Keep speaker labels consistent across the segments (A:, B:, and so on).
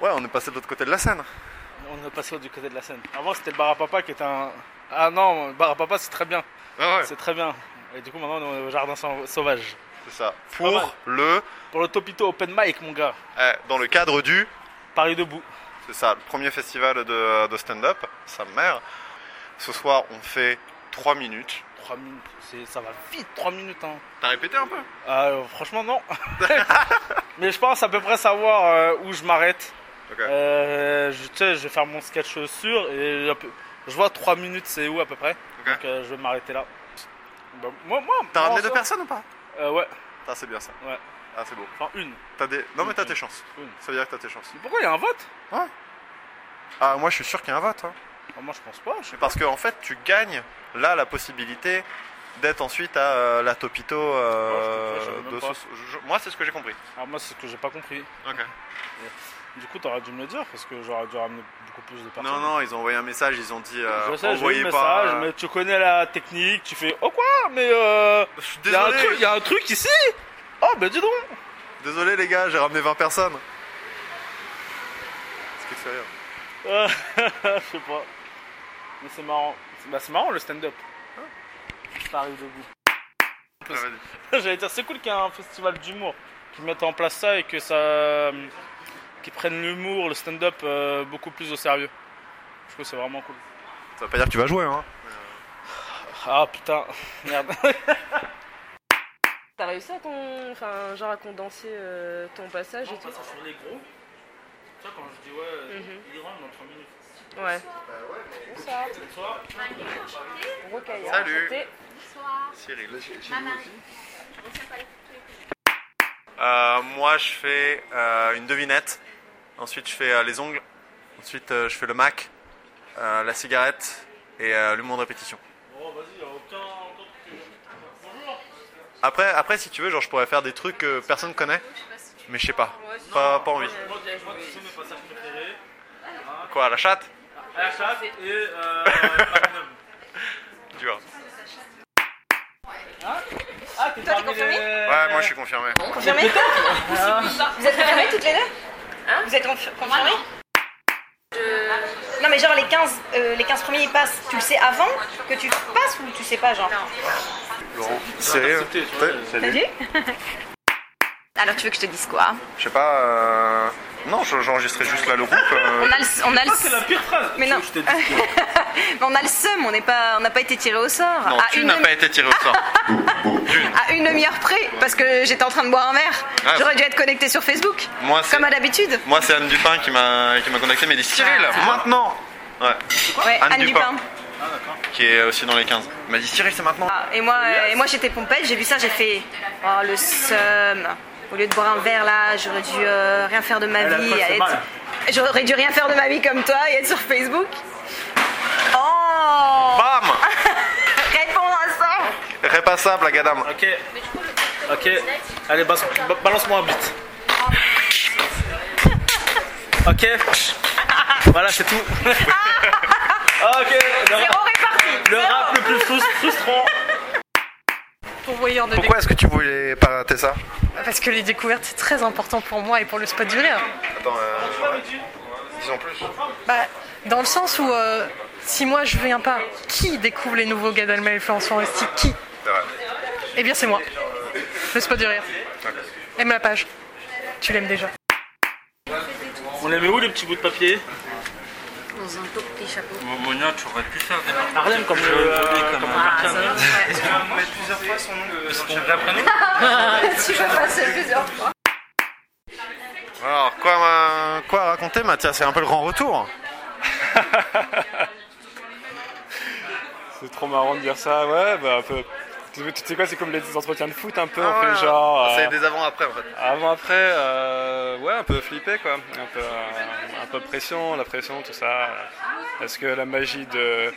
A: Ouais, on est passé de l'autre côté de la Seine.
B: On est passé du côté de la Seine. Avant, c'était le bar à papa qui était un. Ah non, le bar à papa, c'est très bien.
A: Ah
B: C'est très bien. Et du coup, maintenant, on est au jardin sau- sauvage.
A: C'est ça.
B: mal.
A: Pour le.
B: Pour le Topito Open Mic, mon gars.
A: eh, dans le cadre du.
B: Paris debout.
A: C'est ça, le premier festival de, de stand-up, sa mère. Ce soir, on fait 3 minutes.
B: 3 minutes. c'est- Ça va vite, 3 minutes. Hein.
A: T'as répété un peu
B: Euh, franchement, non. Mais je pense à peu près savoir euh, où je m'arrête.
A: Ok.
B: Euh, je, tu sais, je vais faire mon sketch sûr et un peu- je vois 3 minutes, c'est où à peu près.
A: Ok.
B: Donc euh, je vais m'arrêter là. Bah, moi, moi,
A: T'as
B: moi,
A: ramené
B: en
A: deux
B: soi-
A: personnes ou pas
B: Euh, Ouais,
A: Ah, c'est bien ça.
B: Ouais.
A: Ah, c'est beau.
B: enfin une.
A: T'as des... Non, mais t'as
B: Une.
A: tes chances.
B: Une.
A: Ça veut dire que t'as tes chances.
B: Mais pourquoi il y a un vote
A: Ah, moi, je suis sûr qu'il y a un vote. hein.
B: Ah, Moi, je pense pas. Je sais pas.
A: Parce que, en fait, tu gagnes là la possibilité d'être ensuite à euh, la Topito. euh,
B: Ouais, je te jure, je savais même
A: de
B: pas.
A: ce- je- je- Moi, c'est ce que j'ai compris.
B: Ah, moi, c'est ce que j'ai pas compris.
A: Ok.
B: Du coup, t'aurais dû me le dire parce que j'aurais dû ramener beaucoup plus de personnes.
A: Non, non, ils ont envoyé un message, ils ont dit euh,
B: Je sais, j'ai eu
A: envoyez
B: le
A: pas. euh,
B: message, mais tu connais la technique, tu fais Oh quoi Mais euh.
A: Je suis
B: Il y, a un
A: désolé,
B: truc- y a un truc ici Oh bah dis donc
A: désolé les gars, j'ai ramené 20 personnes. Est-ce que c'est rire
B: Euh, Je sais pas. Mais c'est marrant. C'est- Bah c'est marrant le stand-up. Paris debout.
A: Ah, vas-y.
B: J'allais dire c'est cool qu'il y ait un festival d'humour. Qu'ils mettent en place ça et que ça. Qu'ils prennent l'humour, le stand-up euh, beaucoup plus au sérieux. Je trouve que c'est vraiment cool.
A: Ça veut pas dire que tu vas jouer, hein.
B: Ah putain, merde.
C: T'as réussi à ton, enfin, genre à condenser euh, ton passage et tout.
B: sur les gros. Tu vois, quand je dis ouais,
C: Mhm.
B: ils rentrent dans 3 minutes.
C: Ouais. Bonsoir.
B: Bonsoir.
C: Rocaille,
A: Salut.
C: enchantée.
A: Cyril. Euh, moi, je fais euh, une devinette. Ensuite, je fais euh, les ongles. Ensuite, euh, je fais le Mac, euh, la cigarette et euh, l'humour de répétition.
B: Oh, vas-y, y'a aucun. aucun truc que je- Bonjour.
A: Après, après, si tu veux, genre, je pourrais faire des trucs que personne connaît, mais je sais pas. Pas, pas envie.
B: Moi, je crois que ce sont mes passages préférés.
A: Quoi, la chatte
B: À la chatte et euh, Magnum.
A: Tu vois.
B: Ah, t'es parmi
D: confirmé
B: les-
A: Ouais, moi, je suis confirmé.
D: Confirmé
A: Ah.
D: Vous êtes confirmés toutes les deux Hein Vous êtes conf- confirmés Non mais genre les 15, euh, les 15 premiers ils passent, tu le sais avant que tu passes ou tu sais pas genre
A: Laurent. Cyril.
B: Intercepté, tu vois.
D: T'as vu Alors tu veux que je te dise quoi
A: Je sais pas. euh, Non, je- j'enregistrais juste là le groupe. euh,
D: On a le, on a le,
B: Ah, c'est la pire phrase.
D: Mais
B: Tu veux
D: non.
B: que je te dise quoi
D: mais on a le seum, on n'est pas, on n'a pas été tiré au sort.
A: Non,
D: à,
A: tu
D: une
A: n'as
D: demi-
A: pas été tiré au sort.
D: à une demi-heure près, parce que j'étais en train de boire un verre.
A: Ah.
D: J'aurais dû être connecté sur Facebook,
A: Moi, c'est-
D: comme à l'habitude.
A: Moi, c'est Anne Dupin qui m'a qui m'a contacté, mais elle dit Cyril, maintenant Ouais,
D: Ouais,
A: Anne
D: Anne,
A: Dupin.
D: Dupin.
A: qui est aussi dans les 15. Elle m'a dit Cyril, c'est maintenant.
D: Ah, Et moi, euh, et moi j'étais pompette, j'ai vu ça, j'ai fait oh le seum. Au lieu de boire un verre là, j'aurais dû euh, rien faire de ma
B: Elle a
D: vie.
B: pas fait
D: et
B: mal.
D: être- J'aurais dû rien faire de ma vie comme toi et être sur Facebook. Oh
A: Bam
D: Réponds à ça
A: Répassable, la gadame.
B: Ok. Ok. Allez, bas- ba- balance-moi un beat. Ok. Voilà, c'est tout. ok. Le rap,
D: Zéro réparti
B: le rap le plus frus- frustrant.
E: Pourvoyeur de
A: Pourquoi est-ce que tu voulais pas rater ça
E: découvertes. Parce que les découvertes, c'est très important pour moi et pour le spot du rire.
A: Attends, euh, disons plus.
E: Bah, dans le sens où, euh, si moi je viens pas, qui découvre les nouveaux Gad Elmaleh et Florence Foresti Qui
A: C'est vrai.
E: Eh bien, c'est moi. Le spot du rire. Aime la page. Tu l'aimes déjà.
B: On les met où les petits bouts de papier
C: Dans un tout petit chapeau.
F: Monia, tu aurais pu faire des
B: Ah, Harlem comme le. euh, comme un quartier.
D: Tu peux passer plusieurs fois.
A: Alors, quoi, euh, quoi raconter, Mathias C'est un peu le grand retour.
G: C'est trop marrant de dire ça, ouais, bah un peu. Tu tu sais quoi, c'est comme les entretiens de foot un peu, on fait
A: Ah ouais.
G: genre. euh,
A: C'est des avant-après, en fait.
G: Avant-après, euh, ouais, un peu flippé quoi, un peu, euh, un peu pression, la pression, tout ça. Est-ce que la magie de,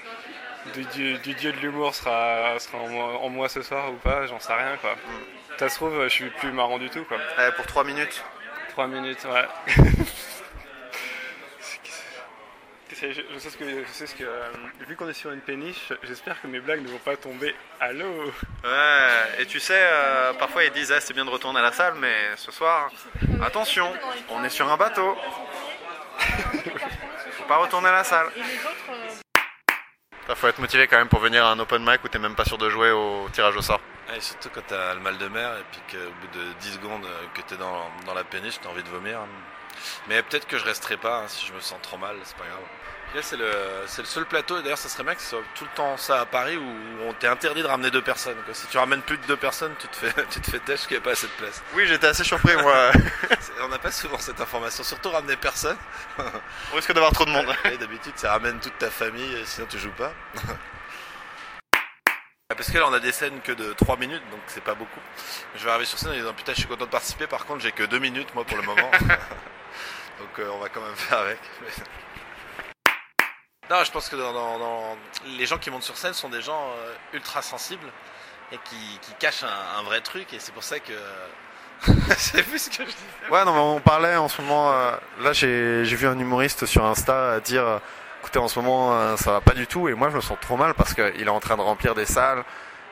G: du, dieu- du dieu de l'humour sera, sera en, moi- en moi ce soir ou pas J'en sais rien quoi. Ça se trouve, je suis plus marrant du tout quoi.
A: Allez, Eh, pour 3 minutes.
G: 3 minutes, ouais. C'est- Je, je sais ce que, je sais ce que euh, vu qu'on est sur une péniche, j'espère que mes blagues ne vont pas tomber à l'eau.
A: Ouais, et tu sais, euh, parfois ils disent Ah, c'est bien de retourner à la salle, mais ce soir, attention, on est sur un bateau. Faut pas retourner à la salle.
E: Et les autres, euh,
A: Ça, faut être motivé quand même pour venir à un open mic où t'es même pas sûr de jouer au tirage au sort.
F: Et surtout quand t'as le mal de mer et puis qu'au bout de 10 secondes euh, que t'es dans, dans la péniche, t'as envie de vomir. hein. Mais peut-être que je resterai pas hein, si je me sens trop mal, c'est pas grave. Là, c'est le, c'est le seul plateau, et d'ailleurs, ça serait bien que ce soit tout le temps ça à Paris où on t'est interdit de ramener deux personnes. quoi. Si tu ramènes plus de deux personnes, tu te fais, tu te fais têche qu'il n'y a pas assez de place.
A: Oui, j'étais assez surpris moi.
F: C'est- On n'a pas souvent cette information, surtout ramener personne.
A: On risque d'avoir trop de monde.
F: Et D'habitude, ça ramène toute ta famille, euh, sinon tu joues pas. Ah, Parce que là, on a des scènes que de 3 minutes, donc c'est pas beaucoup. Je vais arriver sur scène en disant Putain, je suis content de participer, par contre, j'ai que 2 minutes, moi, pour le moment. donc euh, on va quand même faire avec. Mais- Non, je pense que dans, dans- dans- les gens qui montent sur scène sont des gens euh, ultra sensibles et qui, qui cachent un, un vrai truc, et c'est pour ça que. c'est plus ce que je dis.
A: Ouais, non, mais on parlait en ce moment. euh, là, j'ai j'ai vu un humoriste sur Insta dire euh, écoutez, en ce moment, euh, ça va pas du tout. Et moi, je me sens trop mal parce qu'il est en train de remplir des salles.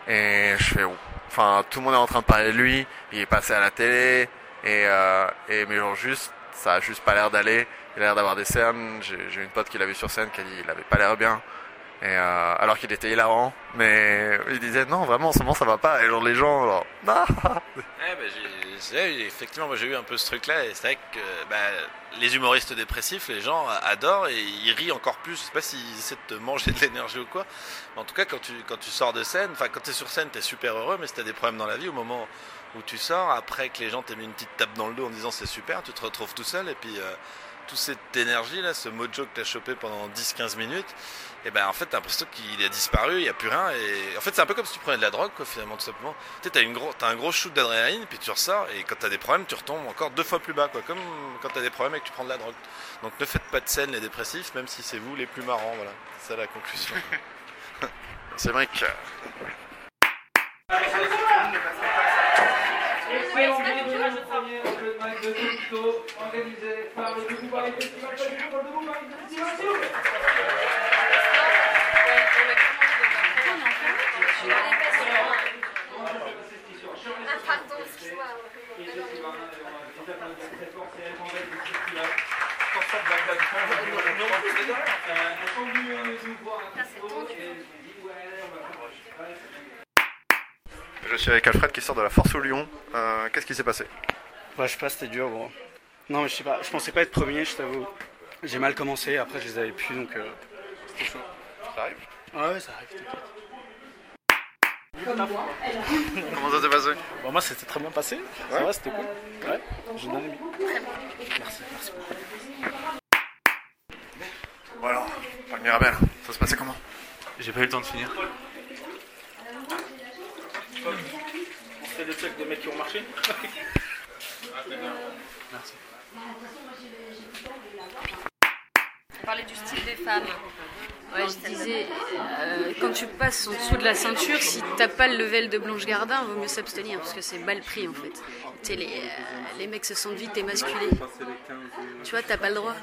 A: Et je fais. Enfin, tout le monde est en train de parler de lui. Il est passé à la télé. Et, euh, et mais genre, juste, ça a juste pas l'air d'aller. Il a l'air d'avoir des cernes. J'ai j'ai une pote qui l'a vu sur scène qui a dit il avait pas l'air bien. Et euh, alors qu'il était hilarant, mais il disait non vraiment en ce moment ça va pas et genre les gens genre Ah,
F: Ouais, bah, j'ai- j'ai- j'ai- effectivement, moi j'ai eu un peu ce truc-là, et c'est vrai que euh, bah, les humoristes dépressifs, les gens a- adorent et ils rient encore plus. Je sais pas s'ils essaient de te manger de l'énergie ou quoi. Mais en tout cas, quand tu, quand tu sors de scène, enfin quand t'es sur scène, t'es super heureux, mais si t'as des problèmes dans la vie, au moment où tu sors, après que les gens t'aient mis une petite tape dans le dos en disant c'est super, tu te retrouves tout seul, et puis euh, toute cette énergie-là, ce mojo que t'as chopé pendant 10-15 minutes, et ben en fait t'as l'impression qu'il a disparu, il n'y a plus rien, et en fait c'est un peu comme si tu prenais de la drogue, quoi, finalement, tout simplement. Tu sais, t'as une gros, t'as un gros shoot d'adrénaline, puis tu ressors, et quand t'as des problèmes, tu retombes encore deux fois plus bas, quoi. Comme quand t'as des problèmes et que tu prends de la drogue. Donc ne faites pas de scène les dépressifs, même si c'est vous les plus marrants, voilà. C'est ça la conclusion.
A: c'est vrai que Je suis avec Alfred qui sort de la Force au Lion. Euh, Qu'est-ce qui s'est passé
H: Ouais, je sais pas, c'était dur, gros. Non, mais je sais pas, je pensais pas être premier, je t'avoue. J'ai mal commencé, après je les avais plus, donc. Euh... Ça arrive Ouais, ouais, ça arrive, t'inquiète.
A: Comment ça s'est passé
H: Bon, moi, c'était très bien passé, ça va, c'était cool. Ouais, j'ai bien aimé. Merci, merci.
A: Bon alors, Paul Mirabel, ça se passait comment
I: J'ai pas eu le temps de finir.
B: On fait des trucs des mecs qui ont marché.
J: parlais du style des femmes. Ouais, je disais, euh, quand tu passes en dessous de la ceinture, si t'as pas le level de Blanche Gardin, vaut mieux s'abstenir parce que c'est mal pris en fait. Tu sais, les, euh, les mecs se sentent vite émasculés. Tu vois, t'as pas le droit.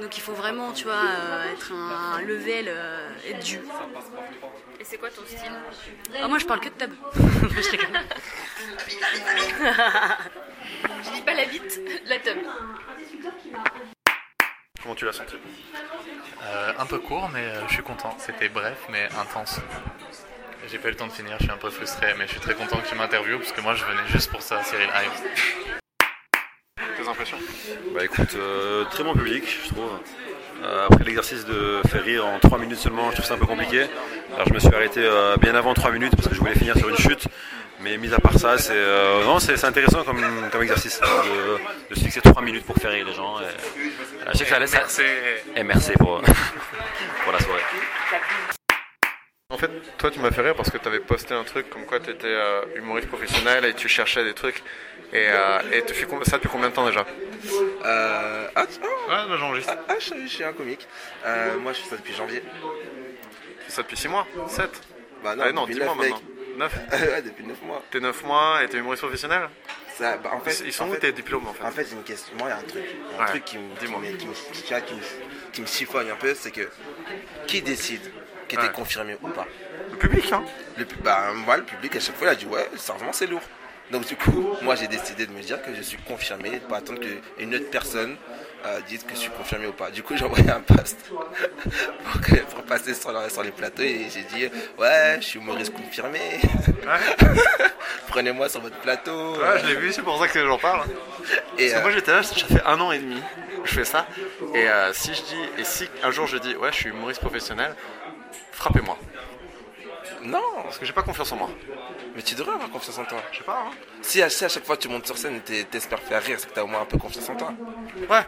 J: Donc il faut vraiment, tu vois, euh, être un level, euh, être du.
D: Et c'est quoi ton style
J: Ah, moi je parle que de table. je rigole. je dis pas la bite, la table.
A: Comment tu l'as senti
I: Euh, un peu court, mais euh, je suis content. C'était bref, mais intense. J'ai pas eu le temps de finir, je suis un peu frustré, mais je suis très content que tu m'interviewes parce que moi je venais juste pour ça, Cyril Himes.
A: Tes impressions
F: Bah écoute, euh, très bon public, je trouve. Euh, après l'exercice de faire rire en 3 minutes seulement, je trouve ça un peu compliqué. Alors je me suis arrêté euh, bien avant 3 minutes parce que je voulais finir sur une chute. Mais mis à part ça, c'est euh, non, c'est c'est intéressant comme, comme exercice euh, de, de se fixer 3 minutes pour faire rire les gens. Et, euh, je sais que ça laisse. Et merci pour, pour la soirée.
A: En fait, toi tu m'as fait rire parce que t'avais posté un truc comme quoi t'étais euh, humoriste professionnel et tu cherchais des trucs. Et, euh, et tu fais com- ça depuis combien de temps déjà
H: Euh. Ah, oh,
A: Ouais,
I: bah,
A: là j'enregistre.
H: ah, je savais, je suis un comique. Euh, moi, je fais ça depuis janvier.
A: Tu fais ça depuis 6 mois 7
H: Bah,
A: Ah non,
H: depuis
A: 10 mois
H: neuf, mec.
A: maintenant. 9
H: ouais, depuis 9 mois.
A: T'es 9 mois et t'es humoriste professionnel
H: Ça, bah, en fait,
A: Ils sont
H: en
A: où
H: fait-
A: tes diplômes en fait
H: En fait, j'ai une question. Moi, il y a un truc, il y a un
A: Ouais,
H: truc qui me, qui,
A: dis-moi.
H: me, qui, me, qui me- qui me- qui me chiffonne un peu, c'est que qui décide qui était
A: Ouais.
H: confirmé ou pas
A: Le public hein
H: le, pu- bah, Moi, le public, à chaque fois, il a dit ouais, sincèrement, c'est lourd. Donc, du coup, moi, j'ai décidé de me dire que je suis confirmé, de pas attendre qu'une autre personne
F: euh, dites que je suis confirmé ou pas. Du coup, j'ai envoyé un post pour, que- pour passer sur, le- sur les plateaux et j'ai dit Ouais, je suis humoriste confirmé. Prenez-moi sur votre plateau.
A: Ouais, je l'ai vu, c'est pour ça que j'en parle.
F: Et,
A: Parce que
F: euh,
A: moi j'étais là, ça fait un an et demi, je fais ça. Et euh, si je dis, et si un jour je dis, ouais, je suis humoriste professionnel, frappez-moi.
F: Non
A: Parce que j'ai pas confiance en moi.
F: Mais tu devrais avoir confiance en toi.
A: Je sais pas, hein.
F: Si à, si à chaque fois que tu montes sur scène et t'es- t'espères faire rire, c'est que t'as au moins un peu confiance en toi.
A: Ouais.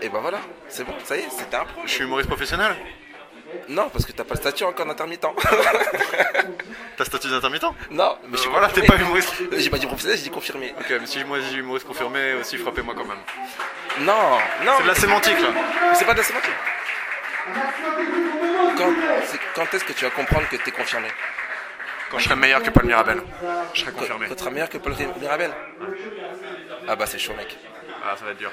F: Et ben voilà, c'est bon, ça y est, c'était un pro.
A: Je suis humoriste professionnel
F: Non, parce que t'as pas le statut encore d'intermittent.
A: T'as statut d'intermittent
F: Non, mais je suis
A: Voilà, t'es
F: confirmé.
A: pas humoriste.
F: J'ai pas dit professionnel, j'ai dit confirmé.
A: Ok, mais si moi je dis humoriste confirmé, aussi frappez-moi quand même.
F: Non, non.
A: C'est de la sémantique là.
F: Mais C'est pas de la sémantique. Quand, c'est- quand est-ce que tu vas comprendre que t'es confirmé
A: Quand je serai meilleur que Paul Mirabel. Je serai
F: confirmé. Quand, tu seras meilleur que Paul Ri- Mirabel Ah bah c'est chaud mec.
A: Ah, ça va être dur.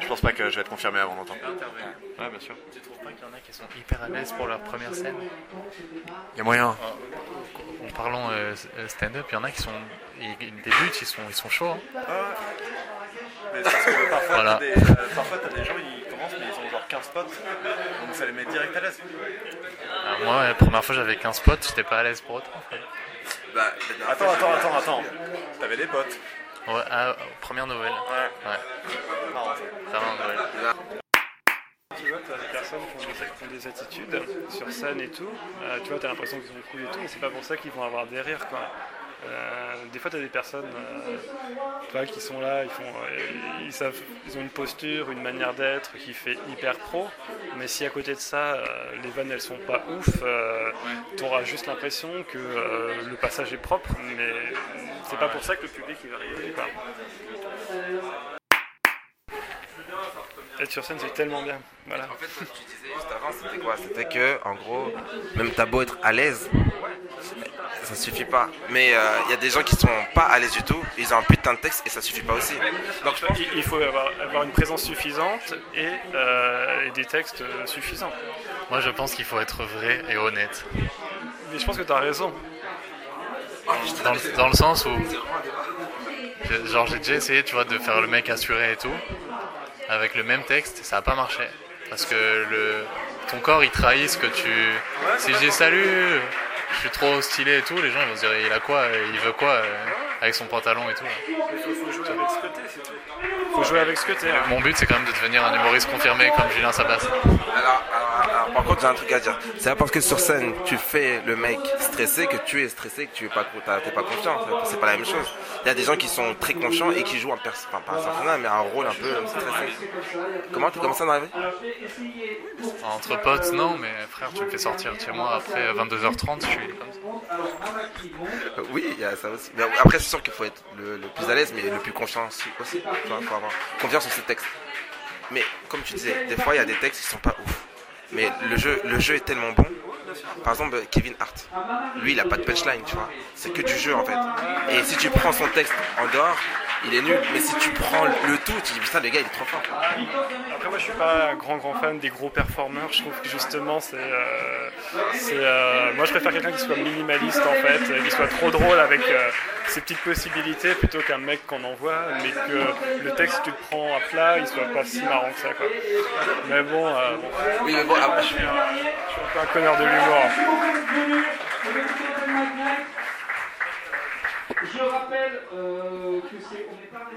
A: Je pense pas que je vais être confirmé avant longtemps. Ouais, bien sûr.
I: Tu trouves pas qu'il y en a qui sont hyper à l'aise pour leur première scène
A: Y a moyen.
I: En parlant euh, euh, stand-up, il y en a qui sont. Ils, ils débutent, ils sont, ils sont chauds. hein.
A: Mais parce que parfois,
I: Voilà.
A: t'as des, euh, parfois, t'as des gens, ils commencent, mais ils ont genre 15 spots. Donc ça les met direct à l'aise.
I: Alors moi, la première fois, j'avais 15 potes, j'étais pas à l'aise pour autant.
A: Attends, attends, attends, attends. T'avais des potes.
I: Ouais, ah, première nouvelle. Ouais. Ça va, Noël.
G: Tu vois, t'as des personnes qui ont, des- qui ont des attitudes sur scène et tout. Euh, tu vois, t'as l'impression qu'ils sont cool et tout, mais c'est pas pour ça qu'ils vont avoir des rires, quoi. Euh, des fois, t'as des personnes euh, tu vois, qui sont là, ils font, euh, ils savent, ils ont une posture, une manière d'être qui fait hyper pro. Mais si à côté de ça, euh, les vannes elles sont pas ouf, euh, t'auras juste l'impression que euh, le passage est propre, mais c'est pas pour ça que le public il va rigoler, quoi. Être sur scène, c'est tellement bien. Voilà. En
F: fait, tu disais juste avant, c'était quoi C'était que, en gros, même t'as beau être à l'aise, ça suffit pas. Mais il y a des gens qui sont pas à l'aise du tout, ils ont un putain de texte et ça suffit pas aussi. Donc
G: il, il faut avoir, avoir une présence suffisante et, euh, et des textes euh, suffisants.
I: Moi, je pense qu'il faut être vrai et honnête.
G: Mais je pense que tu as raison.
I: Dans, le- dans le sens où. je- Genre, j'ai déjà essayé, tu vois, de faire le mec assuré et tout. Avec le même texte, ça a pas marché. Parce que le, ton corps, il trahit ce que tu. Si je dis salut, je suis trop stylé et tout, les gens, ils vont se dire, il a quoi euh, Il veut quoi euh, Avec son pantalon et tout. là.
G: faut jouer avec ce que t'es. hein.
I: Mon but, c'est quand même de devenir un humoriste confirmé comme Julien Sabas.
F: Alors, par contre, j'ai un truc à dire. C'est pas parce que sur scène, tu fais le mec stressé que tu es stressé, que tu es pas, t'as- t'es pas confiant. C'est pas la même chose. Il y a des gens qui sont très confiants et qui jouent un pers- enfin, pas un personnage, mais un rôle un peu stressé. Comment tu commences à arriver
I: Entre potes, non, mais frère, tu me fais sortir de chez moi après 22h30, je suis comme ça.
F: Euh, Oui, il y a ça aussi. Mais après, c'est sûr qu'il faut être le, le plus à l'aise, mais le plus confiant aussi. aussi. Enfin, faut avoir confiance en ses textes. Mais comme tu disais, des fois, il y a des textes qui sont pas ouf. Mais le jeu, le jeu est tellement bon. Par exemple, Kevin Hart, lui, il a pas de punchline, tu vois. C'est que du jeu, en fait. Et si tu prends son texte en dehors, il est nul. Mais si tu prends le tout, tu dis, putain, le gars, il est trop fort.
G: Après, moi, je suis pas un grand grand fan des gros performeurs. Je trouve que justement, c'est, euh, c'est, euh, moi, je préfère quelqu'un qui soit minimaliste en fait, euh, qui soit trop drôle avec euh, ses petites possibilités, plutôt qu'un mec qu'on envoie, mais que le texte tu le prends à plat, il soit pas si marrant que ça, quoi. Mais bon, euh, bon.
F: Oui, mais bon, après-
G: je suis un, je suis un peu un connard de l'humour.
K: Je rappelle euh, que c'est. On n'est pas